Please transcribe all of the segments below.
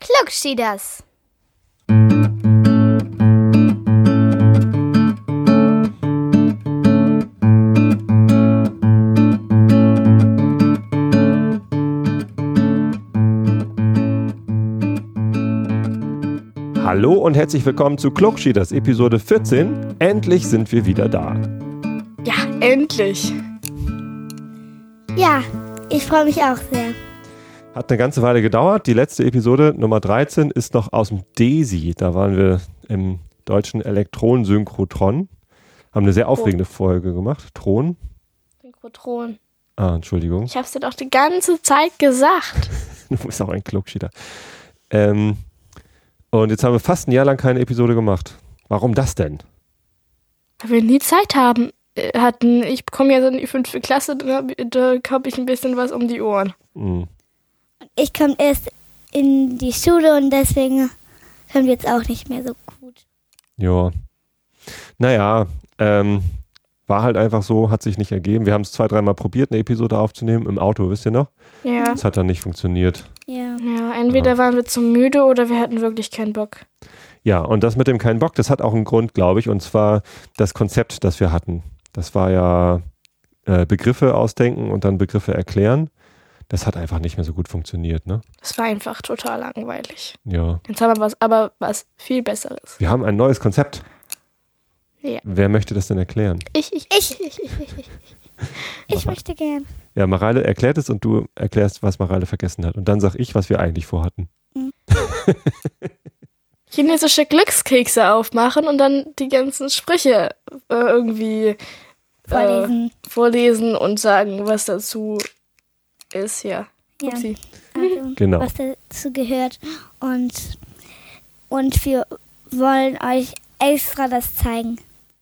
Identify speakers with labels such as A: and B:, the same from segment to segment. A: Glück schied das.
B: Hallo und herzlich willkommen zu Klugschieders Episode 14. Endlich sind wir wieder da.
C: Ja, endlich.
A: Ja, ich freue mich auch sehr.
B: Hat eine ganze Weile gedauert. Die letzte Episode, Nummer 13, ist noch aus dem DESI. Da waren wir im deutschen Elektronensynchrotron. Haben eine sehr aufregende Folge gemacht. Thron.
C: Synchrotron.
B: Ah, Entschuldigung.
C: Ich hab's dir doch die ganze Zeit gesagt.
B: Du bist auch ein Klugschieder. Ähm, und jetzt haben wir fast ein Jahr lang keine Episode gemacht. Warum das denn?
C: Weil wir nie Zeit haben äh, hatten. Ich komme ja dann in die fünfte Klasse, da, da hab ich ein bisschen was um die Ohren.
B: Hm.
A: Ich komme erst in die Schule und deswegen kommt jetzt auch nicht mehr so gut.
B: Ja. Naja, ähm, war halt einfach so, hat sich nicht ergeben. Wir haben es zwei, dreimal probiert, eine Episode aufzunehmen im Auto, wisst ihr noch?
C: Ja.
B: Das hat dann nicht funktioniert.
A: Ja.
C: Ja, entweder waren wir zu müde oder wir hatten wirklich keinen Bock.
B: Ja, und das mit dem keinen Bock, das hat auch einen Grund, glaube ich, und zwar das Konzept, das wir hatten. Das war ja äh, Begriffe ausdenken und dann Begriffe erklären. Das hat einfach nicht mehr so gut funktioniert, ne?
C: Das war einfach total langweilig.
B: Ja.
C: Jetzt haben wir was, aber was viel Besseres.
B: Wir haben ein neues Konzept.
C: Ja.
B: Wer möchte das denn erklären?
C: Ich, ich,
A: Ich, ich, ich, ich, ich. Ich möchte gern.
B: Ja, Mareile erklärt es und du erklärst, was Mareile vergessen hat. Und dann sag ich, was wir eigentlich vorhatten.
C: chinesische Glückskekse aufmachen und dann die ganzen Sprüche äh, irgendwie
A: Äh, Vorlesen.
C: vorlesen und sagen, was dazu ist, ja.
A: Ja.
C: Upsi.
A: Also,
B: Genau.
A: was dazu gehört. Und, und wir wollen euch extra das zeigen.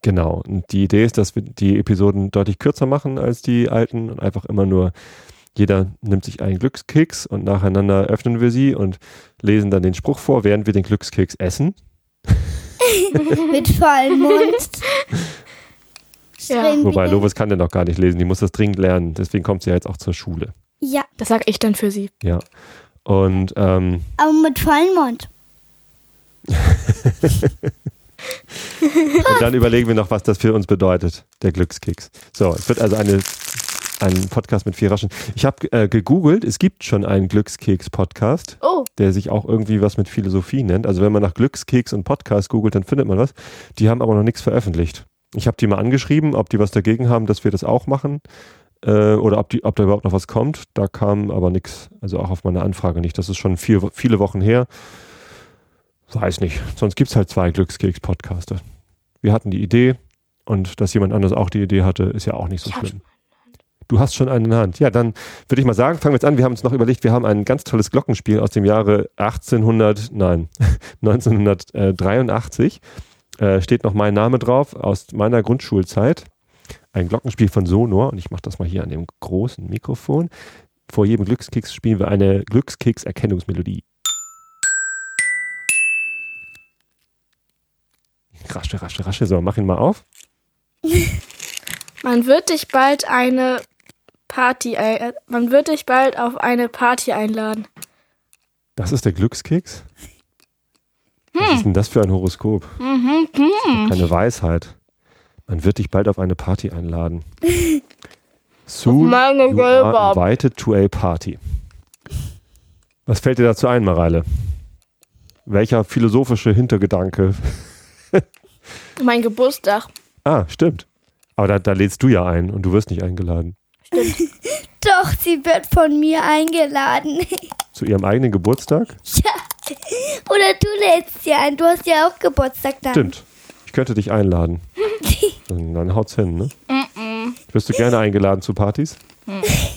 B: Genau. Und die Idee ist, dass wir die Episoden deutlich kürzer machen als die alten und einfach immer nur jeder nimmt sich einen Glückskeks und nacheinander öffnen wir sie und lesen dann den Spruch vor, während wir den Glückskeks essen.
A: Mit vollem Mund. Streng
B: Wobei
A: wieder-
B: Lovis kann den noch gar nicht lesen, die muss das dringend lernen. Deswegen kommt sie ja jetzt auch zur Schule.
A: Ja,
C: Das sag ich dann für sie.
B: Ja. Und ähm,
A: aber mit vollem Mund.
B: Und dann überlegen wir noch, was das für uns bedeutet, der Glückskeks. So, es wird also eine, ein Podcast mit vier Raschen. Ich habe äh, gegoogelt, es gibt schon einen Glückskeks-Podcast,
C: Oh,
B: der sich auch irgendwie was mit Philosophie nennt. Also wenn man nach Glückskeks und Podcast googelt, dann findet man was. Die haben aber noch nichts veröffentlicht. Ich habe die mal angeschrieben, ob die was dagegen haben, dass wir das auch machen äh, oder ob, die, ob da überhaupt noch was kommt. Da kam aber nichts, also auch auf meine Anfrage nicht. Das ist schon vier, viele Wochen her. Weiß nicht. Sonst gibt es halt zwei Glückskeks-Podcaster. Wir hatten die Idee und dass jemand anders auch die Idee hatte, ist ja auch nicht so
C: Ich hab
B: schlimm. Du hast schon einen in der Hand. Ja, dann würde ich mal sagen, fangen wir jetzt an. Wir haben uns noch überlegt, wir haben ein ganz tolles Glockenspiel aus dem Jahre 1800, nein, 1983. Äh, steht noch mein Name drauf aus meiner Grundschulzeit. Ein Glockenspiel von Sonor und ich mache das mal hier an dem großen Mikrofon. Vor jedem Glückskeks spielen wir eine Glückskeks-Erkennungsmelodie. Rasche, rasche, rasche. So, mach ihn mal auf.
C: man wird dich bald eine Party, ein, äh, man wird dich bald auf eine Party einladen.
B: Das ist der Glückskeks? Was ist denn das für ein Horoskop? Das ist doch keine Weisheit. Man wird dich bald auf eine Party einladen. Soon
C: meine
B: you are
C: Gelbe.
B: invited to a party. Was fällt dir dazu ein, Mareile? Welcher philosophische Hintergedanke?
C: Mein Geburtstag.
B: Ah, stimmt. Aber da, da lädst du ja ein und du wirst nicht eingeladen.
A: Doch, sie wird von mir eingeladen.
B: Zu ihrem eigenen Geburtstag?
A: Oder du lädst sie ein. Du hast ja auch Geburtstag dann.
B: Stimmt. Ich könnte dich einladen. Dann, dann haut's hin, ne? Wirst du gerne eingeladen zu Partys?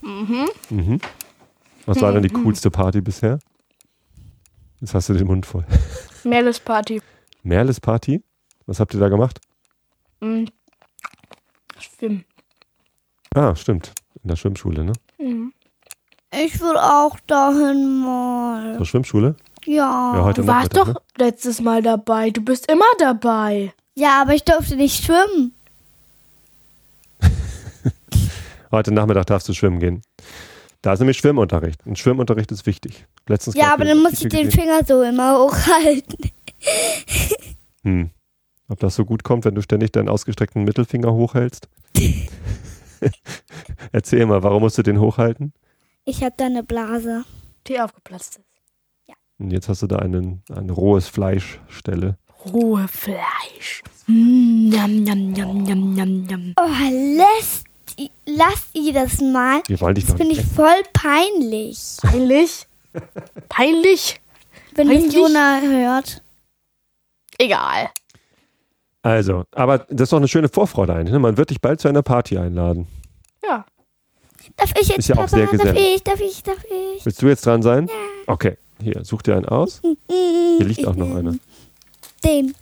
B: Mhm. Was war denn die coolste Party bisher? Jetzt hast du den Mund voll.
C: Merles Party.
B: Merles Party? Was habt ihr da gemacht?
C: Mhm. Schwimmen.
B: Ah, stimmt. In der Schwimmschule, ne?
A: Ich will auch dahin mal.
B: Zur Schwimmschule?
A: Ja.
B: Ja, heute
C: Du warst
B: Nachmittag,
C: doch letztes Mal dabei. Du bist immer dabei.
A: Ja, aber ich durfte nicht schwimmen.
B: Ne? Heute Nachmittag darfst du schwimmen gehen. Da ist nämlich Schwimmunterricht. Und Schwimmunterricht ist wichtig. Letztens
A: Ja,
B: grad
A: aber
B: wieder
A: dann muss ich
B: Artikel
A: den
B: gesehen.
A: Finger so immer hochhalten.
B: Hm. Ob das so gut kommt, wenn du ständig deinen ausgestreckten Mittelfinger hochhältst? Erzähl mal, warum musst du den hochhalten?
A: Ich habe da eine Blase.
C: Die aufgeplatzt ist.
B: Und jetzt hast du da einen, eine rohes Fleischstelle.
C: Rohe Fleisch. Mm, Yum, yum, yum, yum, yum, yum.
A: Oh, lasst, i- lasst ihr das mal.
B: Wir wollen dich
A: Das
B: doch
A: finde
B: nicht.
A: ich voll peinlich,
C: Peinlich? Peinlich?
A: wenn das
C: Peinlich?
A: Jona hört.
C: Egal.
B: Also, aber das ist doch eine schöne Vorfreude eigentlich. Ne? Man wird dich bald zu einer Party einladen.
C: Ja.
A: Darf ich jetzt,
B: Ist ja auch
A: Papa?
B: sehr
A: darf
B: gesellig.
A: ich, darf ich, darf ich?
B: Willst du jetzt dran sein? Okay, hier, such dir einen aus. Hier
A: Hier
B: liegt auch noch einer.
A: Mm, Den.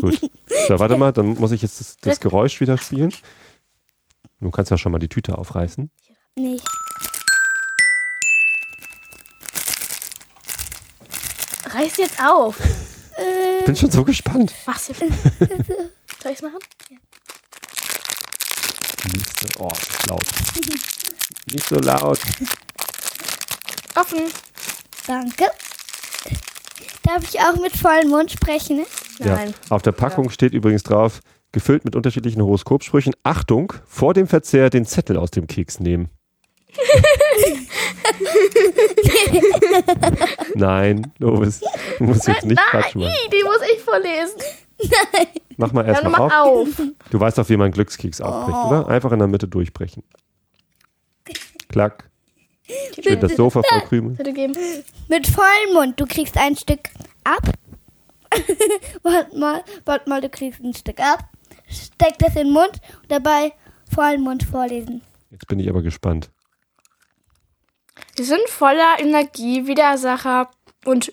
B: Gut. So, warte mal, dann muss ich jetzt das, das Geräusch wieder spielen. Du kannst ja schon mal die Tüte aufreißen.
A: Nicht.
C: Reiß jetzt auf.
A: Äh,
B: Bin schon so gespannt.
C: Mach's jetzt. Soll ich's machen?
B: Nicht so, oh, laut. Nicht so laut.
C: Offen.
A: danke. Darf ich auch mit vollem Mund sprechen? Ne?
C: Nein.
B: Ja. Auf der Packung steht übrigens drauf, gefüllt mit unterschiedlichen Horoskopsprüchen. Achtung, vor dem Verzehr den Zettel aus dem Keks nehmen. Nein, Lovis, du musst jetzt nicht Quatsch machen.
C: Ih, Die muss ich vorlesen.
B: Mach mal
C: Dann
B: erstmal auf.
C: mach auf. Oh.
B: Du weißt doch, wie man Glückskeks aufbricht, oder? Einfach in der Mitte durchbrechen. Klack. Steht das Sofa voll Krümel.
C: Bitte geben.
A: Mit vollem Mund. Du kriegst ein Stück ab. warte mal, warte mal, du kriegst ein Stück ab. Steck das in den Mund und dabei vollen Mund vorlesen.
B: Jetzt bin ich aber gespannt.
C: Sie sind voller Energie, Widersacher und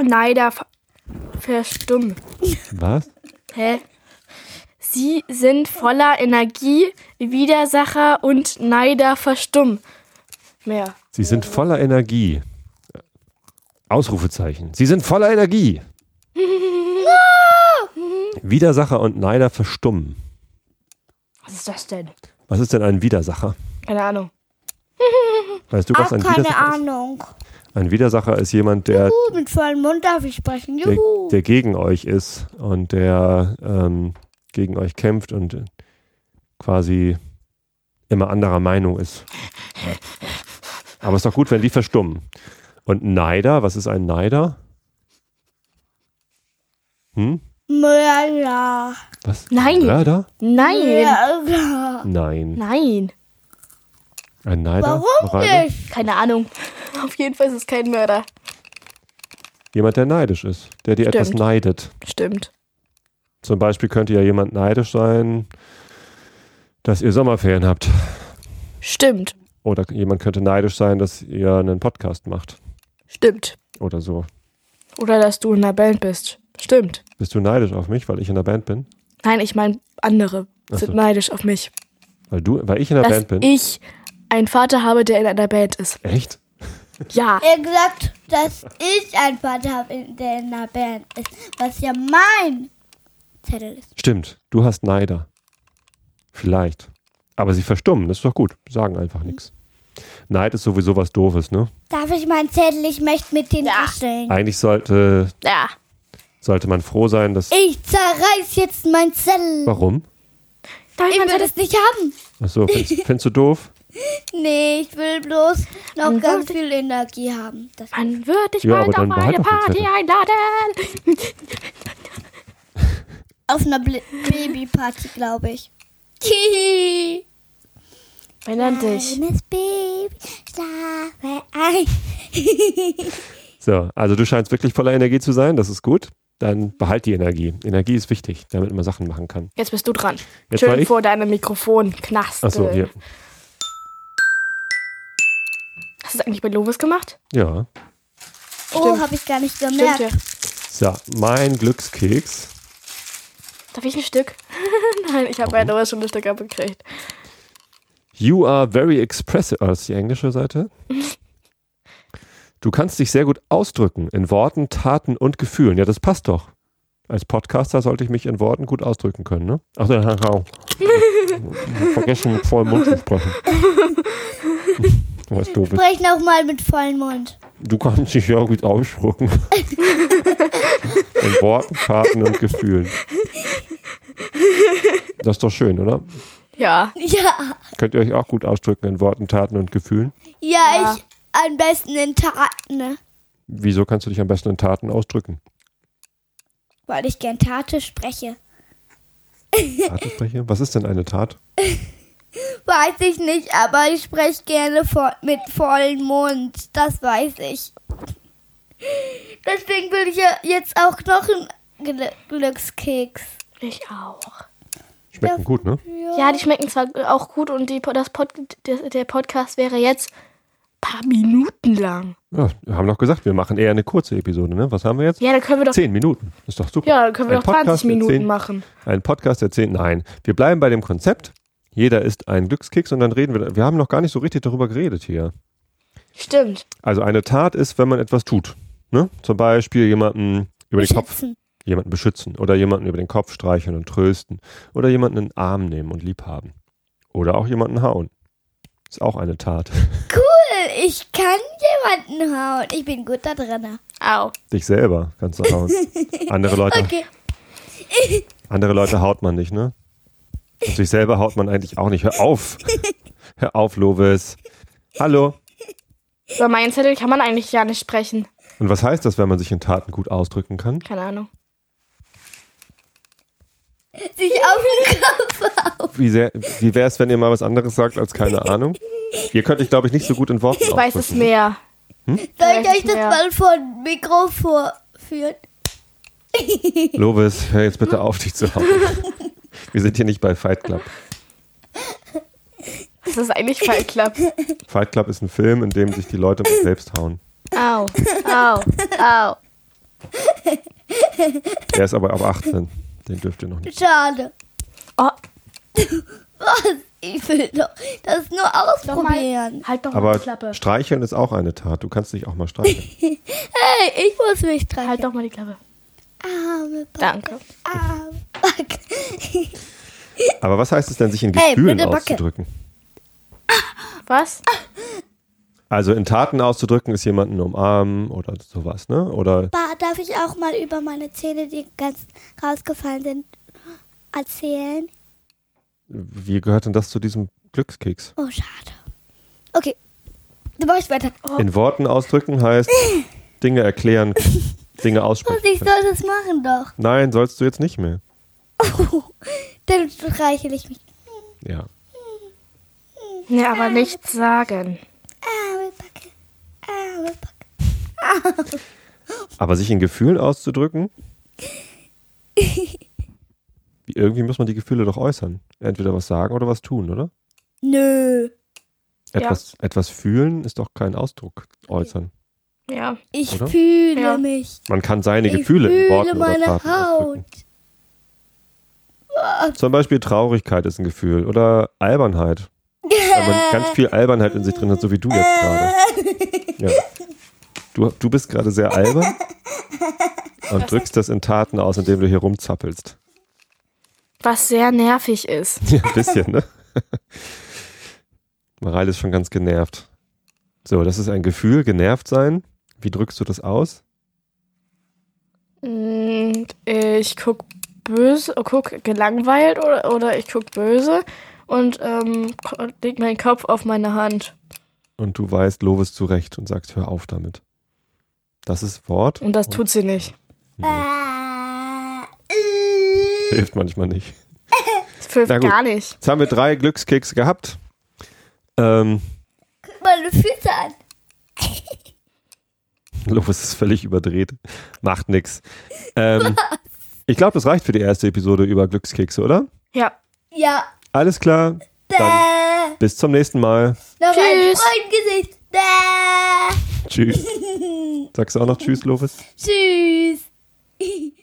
C: Neider ver- verstummen.
B: Was?
C: Hä? Sie sind voller Energie, Widersacher und Neider verstummen. Mehr.
B: Sie sind voller Energie. Ausrufezeichen. Sie sind voller Energie. Widersacher und Neider verstummen.
C: Was ist das denn?
B: Was ist denn ein Widersacher?
C: Keine Ahnung.
B: Weißt du, was
A: Auch
B: ein
A: keine
B: Widersacher ist?
A: Ahnung.
B: Ein Widersacher ist jemand, der,
A: Juhu, mit vollem Mund darf ich sprechen.
B: der,
A: Juhu.
B: der gegen euch ist und der ähm, gegen euch kämpft und quasi immer anderer Meinung ist. Aber ist doch gut, wenn die verstummen. Und Neider, was ist ein Neider? Hm?
A: Mörder.
B: Was?
C: Nein.
B: Mörder?
C: Nein.
A: Mörder.
B: Nein.
C: Nein.
B: Ein Neider?
A: Warum
B: Reine?
A: nicht?
C: Keine Ahnung. Auf jeden Fall ist es kein Mörder.
B: Jemand, der neidisch ist, der dir etwas
C: Stimmt.
B: neidet.
C: Stimmt.
B: Zum Beispiel könnte ja jemand neidisch sein, dass ihr Sommerferien habt.
C: Stimmt.
B: Oder jemand könnte neidisch sein, dass ihr einen Podcast macht.
C: Stimmt.
B: Oder so.
C: Oder dass du in einer Band bist. Stimmt.
B: Bist du neidisch auf mich, weil ich in der Band bin?
C: Nein, ich meine, andere
B: Ach
C: sind
B: so.
C: neidisch auf mich.
B: Weil du, weil ich in der
C: dass
B: Band bin?
C: ich einen Vater habe, der in einer Band ist.
B: Echt?
C: Ja.
A: Er gesagt, dass ich ein Vater habe, in- der in der Band ist, was ja mein Zettel ist.
B: Stimmt. Du hast Neider. Vielleicht. Aber sie verstummen, das ist doch gut. Sagen einfach nichts. Neid ist sowieso was Doofes, ne?
A: Darf ich meinen Zettel? Ich möchte mit den Ascheln.
B: Eigentlich sollte,
C: Ja.
B: sollte man froh sein, dass.
A: Ich zerreiß jetzt meinen Zettel.
B: Warum?
C: Darf ich
A: Ich
C: mal
A: will
C: das
A: das nicht haben.
B: Achso, findest, findest du doof?
A: Nee, ich will bloß noch ganz viel Energie haben. Das
C: Man würde dich
B: Ja,
C: mal
B: aber dann
C: auf eine
B: behalt doch den
C: Party
B: Zettel.
C: einladen.
A: auf einer Bl- Babyparty, glaube ich. Hihi.
C: Erinnern dich.
A: Kleines Baby, schlafe ein.
B: So, also du scheinst wirklich voller Energie zu sein, das ist gut. Dann behalt die Energie. Energie ist wichtig, damit man Sachen machen kann.
C: Jetzt bist du dran.
B: Jetzt war
C: Schön
B: ich?
C: vor deinem Mikrofon. Knast.
B: Achso, hier.
C: Hast du das eigentlich bei Lovis gemacht?
B: Ja.
A: Oh, habe ich gar nicht gemerkt.
C: ja.
B: So, mein Glückskeks.
C: Darf ich ein Stück? Nein, ich habe bei Lovis schon ein Stück abgekriegt.
B: You are very expressive. Ah, das ist die englische Seite. Du kannst dich sehr gut ausdrücken in Worten, Taten und Gefühlen. Ja, das passt doch. Als Podcaster sollte ich mich in Worten gut ausdrücken können, ne? Ach, so, vergessen, mit vollem Mund zu sprechen. Was doof ist.
A: Sprech nochmal mit vollem Mund.
B: Du kannst dich ja gut ausdrücken. In Worten, Karten und Gefühlen. Das ist doch schön, oder?
C: Ja.
A: Ja.
B: Könnt ihr euch auch gut ausdrücken in Worten, Taten und Gefühlen?
A: Ja,
C: Ja.
A: ich am besten in Taten, ne?
B: Wieso kannst du dich am besten in Taten ausdrücken?
A: Weil ich gern Tate spreche.
B: Tatensprecher? Was ist denn eine Tat?
A: Weiß ich nicht, aber ich spreche gerne vo mit vollem Mund. Das weiß ich. Deswegen will ich ja jetzt auch noch einen Gl Glückskeks.
C: Ich auch.
B: Schmecken gut, ne?
C: Ja, die schmecken zwar auch gut und die, das Pod, der, der Podcast wäre jetzt ein paar Minuten lang.
B: Ja, wir haben doch gesagt, wir machen eher eine kurze Episode, ne? Was haben wir jetzt?
C: Ja, dann können wir doch,
B: Zehn Minuten. Ist doch super.
C: ja, dann können wir
B: Ein
C: doch 20
B: Podcast mit
C: Minuten
B: zehn-
C: machen.
B: Ein Podcast der zehn. Nein, wir bleiben bei dem Konzept. Jeder ist ein Glückskeks und dann reden wir. Wir haben noch gar nicht so richtig darüber geredet hier.
C: Stimmt.
B: Also eine Tat ist, wenn man etwas tut. Ne? Zum Beispiel jemanden über den Kopf,
A: Schützen.
B: jemanden beschützen oder jemanden über den Kopf streicheln und trösten oder jemanden in den Arm nehmen und lieb haben. Oder auch jemanden hauen. Ist auch eine Tat.
A: Äh, Ich kann jemanden hauen. Ich bin gut da drin.
C: Au.
B: Dich selber kannst du hauen. Andere Leute,
A: Okay.
B: andere Leute haut man nicht, ne? Und sich selber haut man eigentlich auch nicht. Hör auf! Hör auf, Lovis. Hallo.
C: Über meinen Zettel kann man eigentlich gar nicht sprechen.
B: Und was heißt das, wenn man sich in Taten gut ausdrücken kann?
C: Keine Ahnung.
A: Sich auf den Kopf.
B: Wie, sehr, wie wäre es, wenn ihr mal was anderes sagt als keine Ahnung? Ihr könnt euch, glaube ich, nicht so gut in Worten
C: Ich weiß es
B: ausdrücken.
C: mehr.
A: Soll ich
C: Vielleicht
A: euch das
C: mehr.
A: mal vor dem Mikro vorführen?
B: Lovis, hör jetzt bitte auf, dich zu hauen. Wir sind hier nicht bei Fight Club.
C: Das ist eigentlich Fight Club.
B: Fight Club ist ein Film, in dem sich die Leute mit selbst hauen.
C: Au. Au. Au.
B: Der ist aber ab 18. Den dürft ihr noch nicht.
A: Schade.
C: Oh,
A: Was? Ich will doch das nur ausprobieren.
C: halt doch mal
B: Aber
C: die Klappe.
B: streicheln ist auch eine Tat. Du kannst dich auch mal streicheln.
A: Hey, ich muss mich dran.
C: Halt doch mal die Klappe.
A: Arme Backe.
C: Danke.
A: Arme Backe.
B: Aber was heißt es denn, sich in
A: Hey,
B: Gefühlen
A: bitte Backe.
B: auszudrücken?
C: Was?
B: Also in Taten auszudrücken ist jemanden umarmen oder sowas, ne? Oder
A: Ba, darf ich auch mal über meine Zähne, die ganz rausgefallen sind, erzählen?
B: wie gehört denn das zu diesem Glückskeks?
A: Oh, schade. Okay, dann mach ich weiter. Oh,
B: In Worten ausdrücken heißt Dinge erklären, Dinge aussprechen.
A: ich soll das machen doch.
B: Nein, sollst du jetzt nicht mehr.
A: Dann streichel ich mich.
B: Ja.
C: Nee, aber nichts sagen.
A: Arme Backe. Arme Backe.
B: Aber sich in Gefühlen auszudrücken? Wie- Irgendwie muss man die Gefühle doch äußern. Entweder was sagen oder was tun, oder?
A: Nö.
C: Ja.
B: Etwas, etwas fühlen ist doch kein Ausdruck äußern.
C: Ja.
A: Ich
B: Oder?
A: fühle
C: Ja.
A: mich.
B: Man kann seine
A: Ich
B: Gefühle
A: fühle
B: in Worten
A: meine
B: oder Taten ausdrücken.
A: Haut.
B: Zum Beispiel Traurigkeit ist ein Gefühl oder Albernheit. Wenn man ganz viel Albernheit in sich drin hat, so wie du jetzt gerade. Ja. Du, du bist gerade sehr albern und drückst das in Taten aus, indem du hier rumzappelst.
C: Was sehr nervig ist.
B: Ja, ein bisschen, ne? Mareile ist schon ganz genervt. So, das ist ein Gefühl, genervt sein. Wie drückst du das aus?
C: Und ich guck böse, guck gelangweilt oder, oder ich guck böse und ähm, ko- leg meinen Kopf auf meine Hand.
B: Und du weißt, Lovis zurecht und sagst, hör auf damit. Das ist Wort.
C: Und das tut sie nicht.
B: Hilft manchmal nicht.
C: Das hilft
B: Na gut.
C: gar nicht.
B: Jetzt haben wir drei Glückskekse gehabt. Ähm,
A: Guck meine Füße an.
B: Lovis ist völlig überdreht. Macht nix. Ähm, ich glaube, das reicht für die erste Episode über Glückskekse, oder?
C: Ja.
A: Ja.
B: Alles klar. Dann
A: Bäh.
B: bis zum nächsten Mal.
A: Noch ein
C: Tschüss.
A: Freundgesicht. Bäh.
B: Tschüss. Sagst du auch noch Tschüss, Lovis?
A: Tschüss.